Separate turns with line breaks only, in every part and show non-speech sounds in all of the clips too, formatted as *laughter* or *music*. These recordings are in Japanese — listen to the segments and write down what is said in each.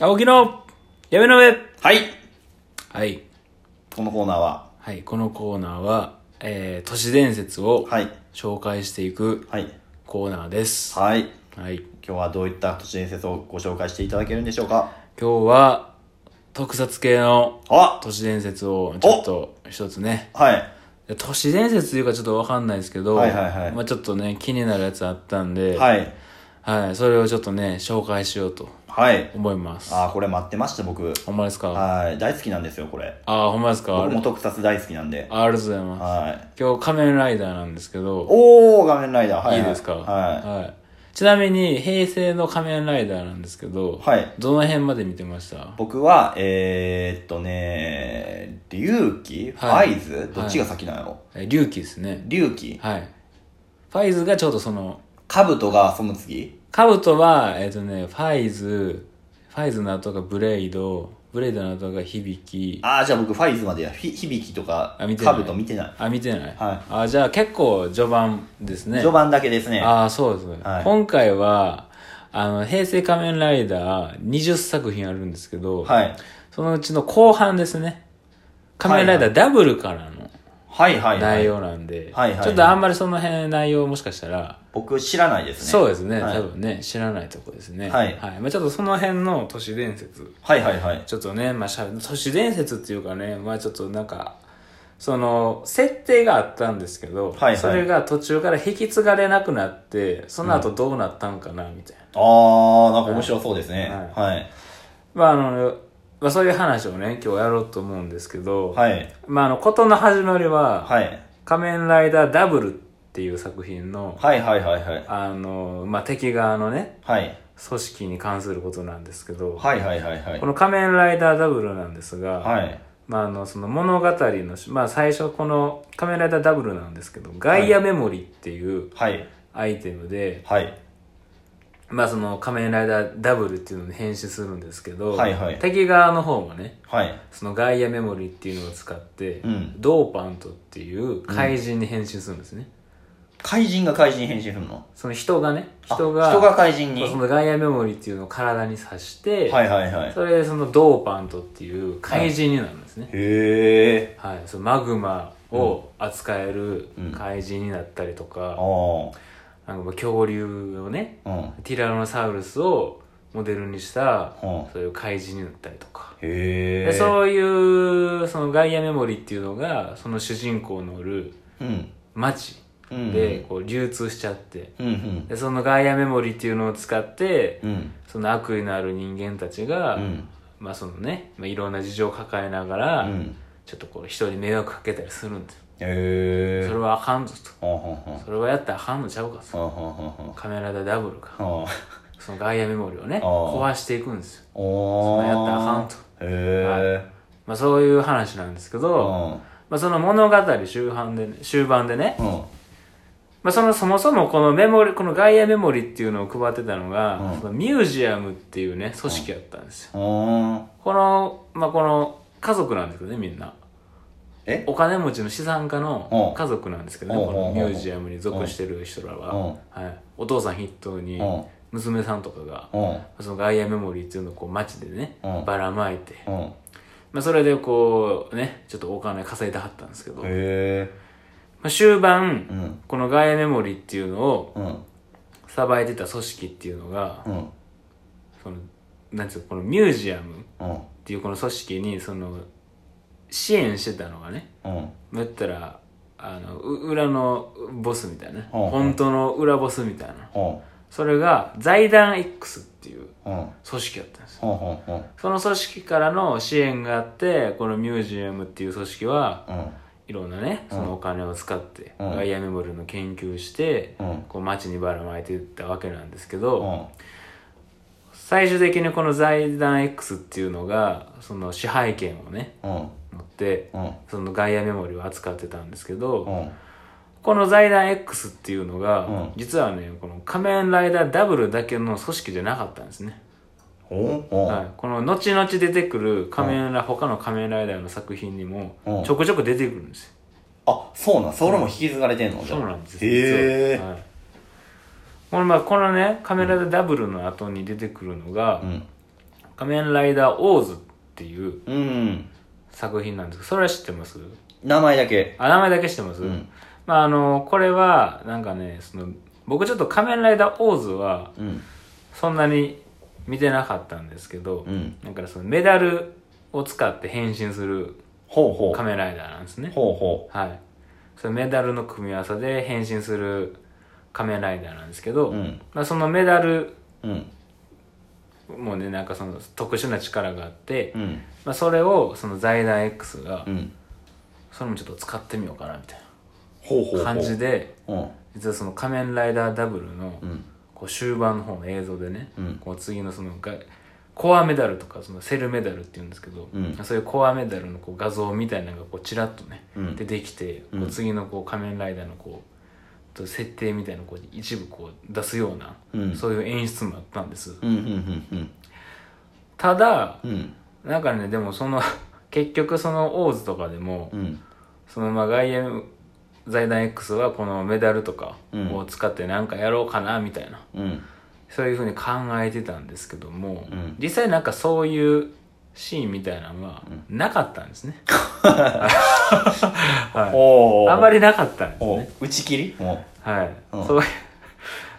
青木のやめの上
はい
はい。
このコーナーは、
はい。このコーナーは、えー、都市伝説を
はい。
紹介していく
はい。
コーナーです。
はい。今
はい。
日はどういった都市伝説をご紹介していただけるんでしょうか
今日は、特撮系の
あ
都市伝説をちょっと一つね、
はい。
都市伝説というかちょっとわかんないですけど、
はいはいはい
まあちょっとね、気になるやつあったんで、
はい。
はい、それをちょっとね、紹介しようと
はい。
思います。
あー、これ待ってました、僕。
ほんまですか
はい。大好きなんですよ、これ。
あー、ほんまですかあ
僕
り
も特撮大好きなんで。
ありがとうございます。
はい。
今日仮面ライダーなんですけど、
おー、画面ライダー。はいい。
いですか
は
ちなみに、平成の仮面ライダーなんですけど、
い。はい。
どの辺まで見てました
僕は、えー、っとね、龍騎フ
は
ァ
い
イズどっちが先なんやろ
え龍騎ですね。
龍騎
はい。ファイズがちょうどその、
兜がその次
カブトは、えっ、とね、ファイズ、ファイズの後がブレイド、ブレイドの後が響き。
ああ、じゃあ僕ファイズまでや。ひ響きとか
あ見、てない
兜見てない。
あ、見てない、
は
あ、じゃあ結構序盤ですね。
序盤だけですね。
ああ、そうですね。
はい
今回は、あの、平成仮面ライダー20作品あるんですけど、
はい。
そのうちの後半ですね。仮面ライダーダブルからの
はいはいは
内
い。
容なんで、
はいはいはい
ちょっとあんまりその辺内容もしかしたら、
僕知らないですね。
そうですね、
はい
多分ね、知らないとこですね。
はい
まあ、ちょっとその辺の都市伝説、
はいはいはい。
ちょっとね、まあ、しゃべ都市伝説っていうかね、まあちょっとなんか、その、設定があったんですけど、
はいはい
それが途中から引き継がれなくなって、その後どうなったんかな、みたいな。
あー、なんか面白そうですね。はい。
まああの、まあそういう話をね、今日やろうと思うんですけど、
はい。
まああの、ことの始まりは、
はい。
仮面ライダーダブルっていう作品の、
はいはいはいはい。
あの、まあ敵側のね、
はい。
組織に関することなんですけど、
はいはいはいはい
こ。の仮面ライダーダブルなんですが、
はい。
まあ、あのその物語のし、まあ、最初この「仮面ライダーダブル」なんですけどガイアメモリっていう
はい。
アイテムで、
はい。
まあその仮面ライダーダブルっていうのに変身するんですけど、
はいはい
敵側の方もね
はい。
そのガイアメモリっていうのを使って、
うん
ドーパントっていう怪人に変身するんですね、
怪人が怪人に変身するの
その人がね
あ
人が
人が怪人に。
そ
は
のガイアメモリっていうのを体に刺して、
いはいはい。
それでそのドーパントっていう怪人になるんですね、
へえ。
はい、そのマグマを扱える怪人になったりと
あ
か,、
ー。
なんかまあ恐竜をね
うん。
ティラノサウルスをモデルにした
うん
そういう怪人になったりとか、
へ
で
え。
そういうそのガイアメモリっていうのがその主人公のおる
うん。
町
うん。
でこう流通しちゃって
うんうん。
でそのガイアメモリっていうのを使って
うん。
その悪意のある人間たちが、
うん。
まあそのね、まあ、いろんな事情を抱えながら、
うん。
ちょっとこう人に迷惑かけたりするんですよ
へえ。
それはあかんぞと。
はんはんはん。は
それはやったらあかんのちゃうか
んはんはんはん。
カメラでダブルか
は
そのガイアメモリをね
あー
壊していくんですよ、
あ。お
それやったらあかんと
へえ。
まあ、そういう話なんですけど、まあ、その物語終盤でね、終盤でね、
うん。うん。
まあ、そのそもそもこのメモリこのガイアメモリっていうのを配ってたのが、
うん
そのミュージアムっていうね組織やったんですよ、
うん。
このまあこの家族なんですけどねみんな
え
お金持ちの資産家の
うん
家族なんですけどね、
うん
このミュージアムに属してる人らは、
うん
はい、お父さん筆頭に
うん
娘さんとかが
うん。
そのガイアメモリーっていうのをこう街でね、
うん
ばらまいて、
うん。へ
まあ、それでこうねちょっとお金稼いではったんですけど、ま
え。
あ、終盤、
うん。
このガイアメモリーっていうのを
うん。
さばいてた組織っていうのが、
うん。
そのなんていうのこのミュージアムっ
うん。
ていうこの組織にその支援してたのがね
うん。
まあ言ったらあのう裏のボスみたいな、ね
うん
本当の裏ボスみたいな
うん。
それが財団 X っていう
うん。
組織だったんですよ
ほんほんほん。
その組織からの支援があってこのミュージアムっていう組織は
うん。
いろんなねそのお金を使って、
うん
ガイアメモリーの研究して、
うん。
こう街にばらまいていったわけなんですけど、
うん。
最終的にこの財団 X っていうのがその支配権をね
うん。
持って
うん。
そのガイアメモリーを扱ってたんですけど、
うん。
この財団 X っていうのが、
うん
実はねこの仮面ライダーダブルだけの組織じゃなかったんですね。
ほん
はい
ほ、
この後々出てくる仮面ラ、他の仮面ライダーの作品にも
うん
ちょくちょく出てくるんですよ、
あ、そうなん。それも引き継がれてんのじ
そ
ゃ
うなんです
へ
実は
え。
はい、このまあこのね仮面ライダーダブルの後に出てくるのが、
うん。
仮面ライダーオーズっていう
うん。
作品なんですけど、それは知ってます
名前だけ。
あ、名前だけ知ってます、
うん
まあ、あの、これは、なんかね、その、僕ちょっと仮面ライダーオーズは、
うん。
そんなに見てなかったんですけど、
うん。
なんかそのメダルを使って変身する
ほうほう。
仮面ライダーなんですね。
ほうほ
はい。そのメダルの組み合わせで変身する仮面ライダーなんですけど、
うん
まあ、そのメダル
う。うん。
もね、なんかその特殊な力があって、
うん。
まあ、それをその財団 X が、
うん。
それもちょっと使ってみようかなみたい
ほうほうほう。
な感じで、
うん。
実はその仮面ライダーダブルの
うん。
こう終盤の方の映像でね、
うん
こう次のそのがコアメダルとかそのセルメダルっていうんですけど、
うん
そういうコアメダルのこう画像みたいなのがこうちらっとね、
うん
出てきて、
うん
こう次のこう仮面ライダーのこうと設定みたいなのをこう一部こう出すような、
うん
そういう演出もあったんです、
うん。うん。うん。
ただ
うん。
なんかねでもその結局そのオーズとかでも、
うん。
そのまあ外縁財団 X はこのメダルとか
うん
を使ってなんかやろうかなみたいな、
うん。
そういうふうに考えてたんですけども、
うん
実際なんかそういうシーンみたいなのはなかったんです
*laughs*
ね、は
お
い、
お。
あんまりなかったんです
お
ね
う打ち切りも
はい、
うん
そういう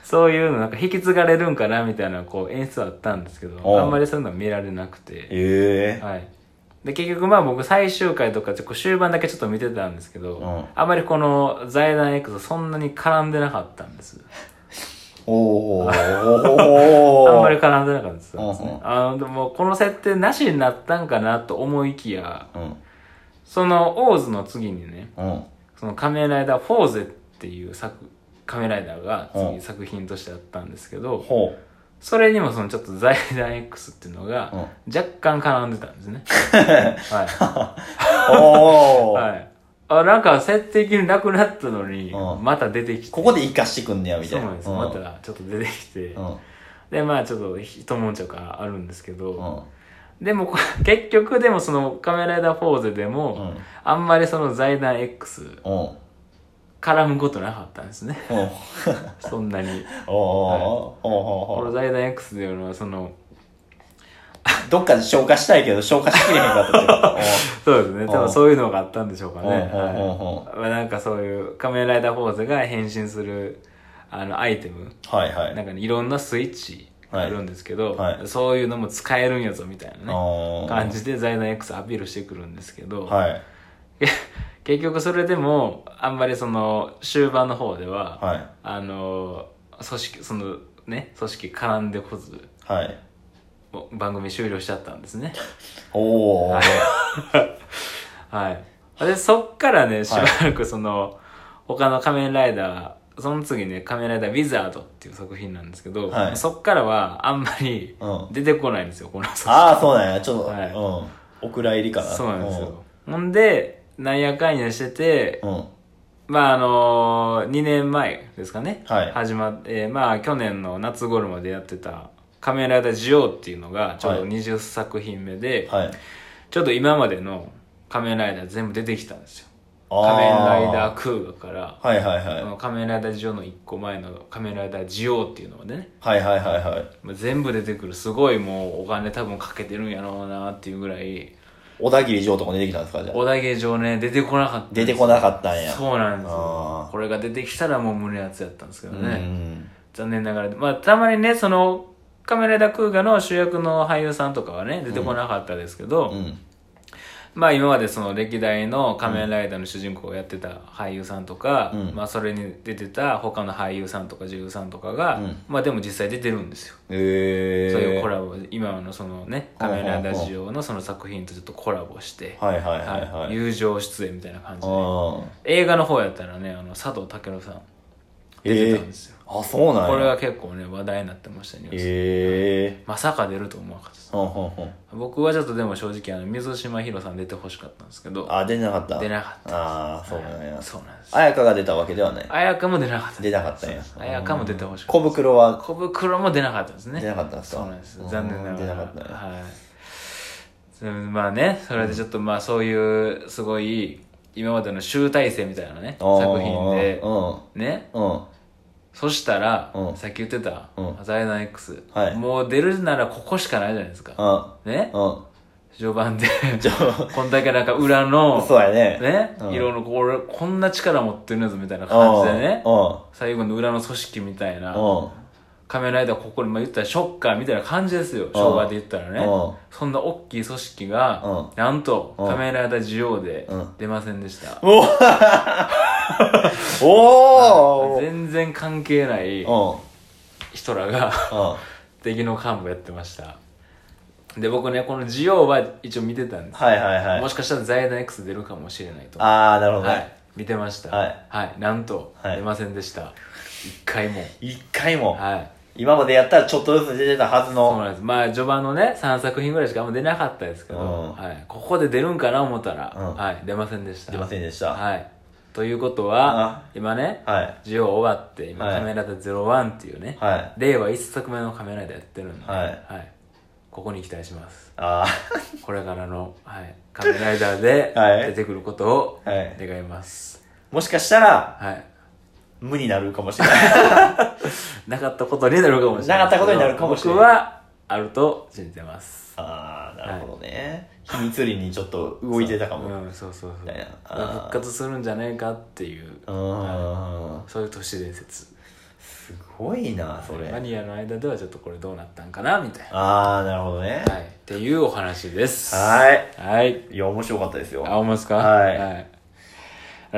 そういうのなんか引き継がれるんかなみたいなこう演出はあったんですけ
お
ど
う
あんまりそういうのは見られなくて、
ええ
はい、で結局まあ僕最終回とかちょっと終盤だけちょっと見てたんですけど、
うん
あんまりこの財団 X そんなに絡んでなかったんです
おお。
あんまり
う
絡んでなかったですね
うんうん
あの、でも、この設定なしになったんかなと思いきや、
ん。
その、オーズの次にね、
うん。
その仮面ライダーフォーゼっていう作、仮面ライダーが
う
次
ん
作品としてあったんですけど、
ほ
それにもそのちょっと財団 X っていうの
う。う
が、
ん。
若干絡んでたんです
*laughs*
ね。はい。
おお。
はい。あ、なんか設定急になくなったのに
う、ん
また出てきて。
ここで生かしてくんねや、みた
そう
いな。
なんです。またちょっと出てきて
う。ん。
で、まあちょっと一悶着があるんですけど、
うん。
でもこ *laughs* れ、結局でもそのカメライダーフォーゼで
う
も、
ん。
あんまりその財団 X
うん。
絡むことなかったんです
*laughs*
ね。
うん。
そんなに。
おお。おお。
この財団 X っていうのはその、
どっかで消化したいけど、消化しきれへんかったってこ
そうですね。多分そういうのがあったんでしょうかね。
うん
はいまあなんかそういう仮面ライダーフォーゼが変身する、あの、アイテム。
とはいは。
ないんかね、いろんなスイッチがあるんですけど、
はいはい
そういうのも使えるんやぞみたいなね、
あー
感じで財団 X アピールしてくるんですけど、
はい。
*laughs* 結局それでも、あんまりその終盤の方では、
はい。
あの組織そのね組織絡んでこず
はい。
お番組終了しちゃったんですね
おお。
はいでそっからねしばらくその、他の仮面ライダーその次ね「仮面ライダーウィザード」っていう作品なんですけど、
はい
そっからはあんまり
うん
出てこないんですよこの組織
ああ、そうなんや。ちょっと、
はい
うん。お蔵入りかな。
そうなんですよほんでなんやかんやしてて、
うん。うん。
まああの2年前ですかね、
はい
始まって、まあ去年の夏頃までやってた「仮面ライダージオー」っていうのがちょうど
はい
20作品目で、
はい。
ちょっと今までの仮面ライダー全部出てきたんですよ
あー
仮面ライダークーガから
はいはいはい。
その仮面ライダージオの1個前の仮面ライダージオーっていうのまでね
はいはいはいはい。
まあ全部出てくるすごいもうお金多分かけてるんやろうなっていうぐらい
小田切城とか出てきたんですかじゃあ。
小田芸城ね出てこなかったんです
出てこなかったんや。
そうなんですよ
あー
これが出てきたらもう胸熱やったんですけど
う
ね、
ん。
残念ながらまあたまにねそのカメラダクーガの主役の俳優さんとかはね出てこなかったですけど、
うん。
まあ今までその歴代の仮面ライダーの主人公をやってた俳優さんとか、
うん
まあそれに出てた他の俳優さんとか女優さんとかが、
うん
まあでも実際出てるんですよ、
えー。
そういうコラボ今のそのね仮面ライダージオのその作品とちょっとコラボして、
はいはいはいはい。
友情出演みたいな感じで
あ
映画の方やったらねあの佐藤健さん出てたんですよ、
あ。あ、そうなんや。
これが結構ね話題になってましたね、
ええ
まさか出ると思わなかったです
ー。ほんほんほん。
僕はちょっとでも正直あの水島ひろさん出てほしかったんですけど
あ、出なかった。
出なかった
ああ、そうなんや。
そうなんです
彩香が出たわけではない。
綾香も出なかった
出なかったんや。
綾香も出てほしかっ
小袋は
た小袋も出なかったですね
出なかったんですか
そうなんです残念ながら
出なかったんや
はいそれまあねそれでちょっとまあそういうすごい今までの集大成みたいなね
あー
作品で
うん。
ね
うん。
そしたら、
うん
さっき言ってた、
うん
ザイナ X、
はい
もう出るならここしかないじゃないですか。
あ
ね、
うん
序盤で、
*laughs* じゃあ
こんだけなんか裏
*laughs*
の、
そうやね
ね、
うん
いろんな、こう俺、こんな力持ってるやつみたいな感じでね、
う
最後の裏の組織みたいな、
んうん
仮面ライダーここに、まあ、言ったらショッカーみたいな感じですよ、昭和で言ったらね。そんな大きい組織が、なんと、
うん
仮面ライダー需要で
うん
出ませんでした。
おおおおうん
全然関係ない人らが、 *laughs*
うん
敵の幹部やってました。で、僕ね、この需要は一応見てたんです。
はいはいは
も
い
しかしたら財団 X 出るかもしれないと。
ああなるほど
はい
ね。
見てました。
はい。
なんと、
はい
出ませんでした。一回
*laughs*
も。
一回も
はい。
今までやったらちょっとずつ出てたはず
そう
の
なんです。まあ、序盤のね、3作品ぐらいしかあんま出なかったですけど、
うん
はい。ここで出るんかな思ったら、
うん
はい。出ませんでした。
出ませんでした
はい。ということは
あ、
今ね、
はい
授業終わって、今、
はい
カメラで01っていうね、
はい
令和1作目のカメラでやってるんで、
はい
ここに期待します。
あ
これからの、はい、カメライダーで
はい
出てくることを
あはい
願います。
*laughs* もしかしたら
はい。
無になるかもし
*laughs*
れない
なかったことになるかもしれない。
なかったことになるかもしれない
僕は、あると信じてます。
ああなるほどね秘密裏にちょっと動いてたかも
うん、そうそうそう。
みたいなあー
復活するんじゃないかっていう、
うん
そういう都市伝説。
すごいなそ
マ
れ
ニアの間ではちょっとこれどうなったんかな、みたいな。
ああなるほどね
はい。っていうお話です。。
はい
はい。
いいや面白かったですよ
あ、
は
思いますか
はい
あ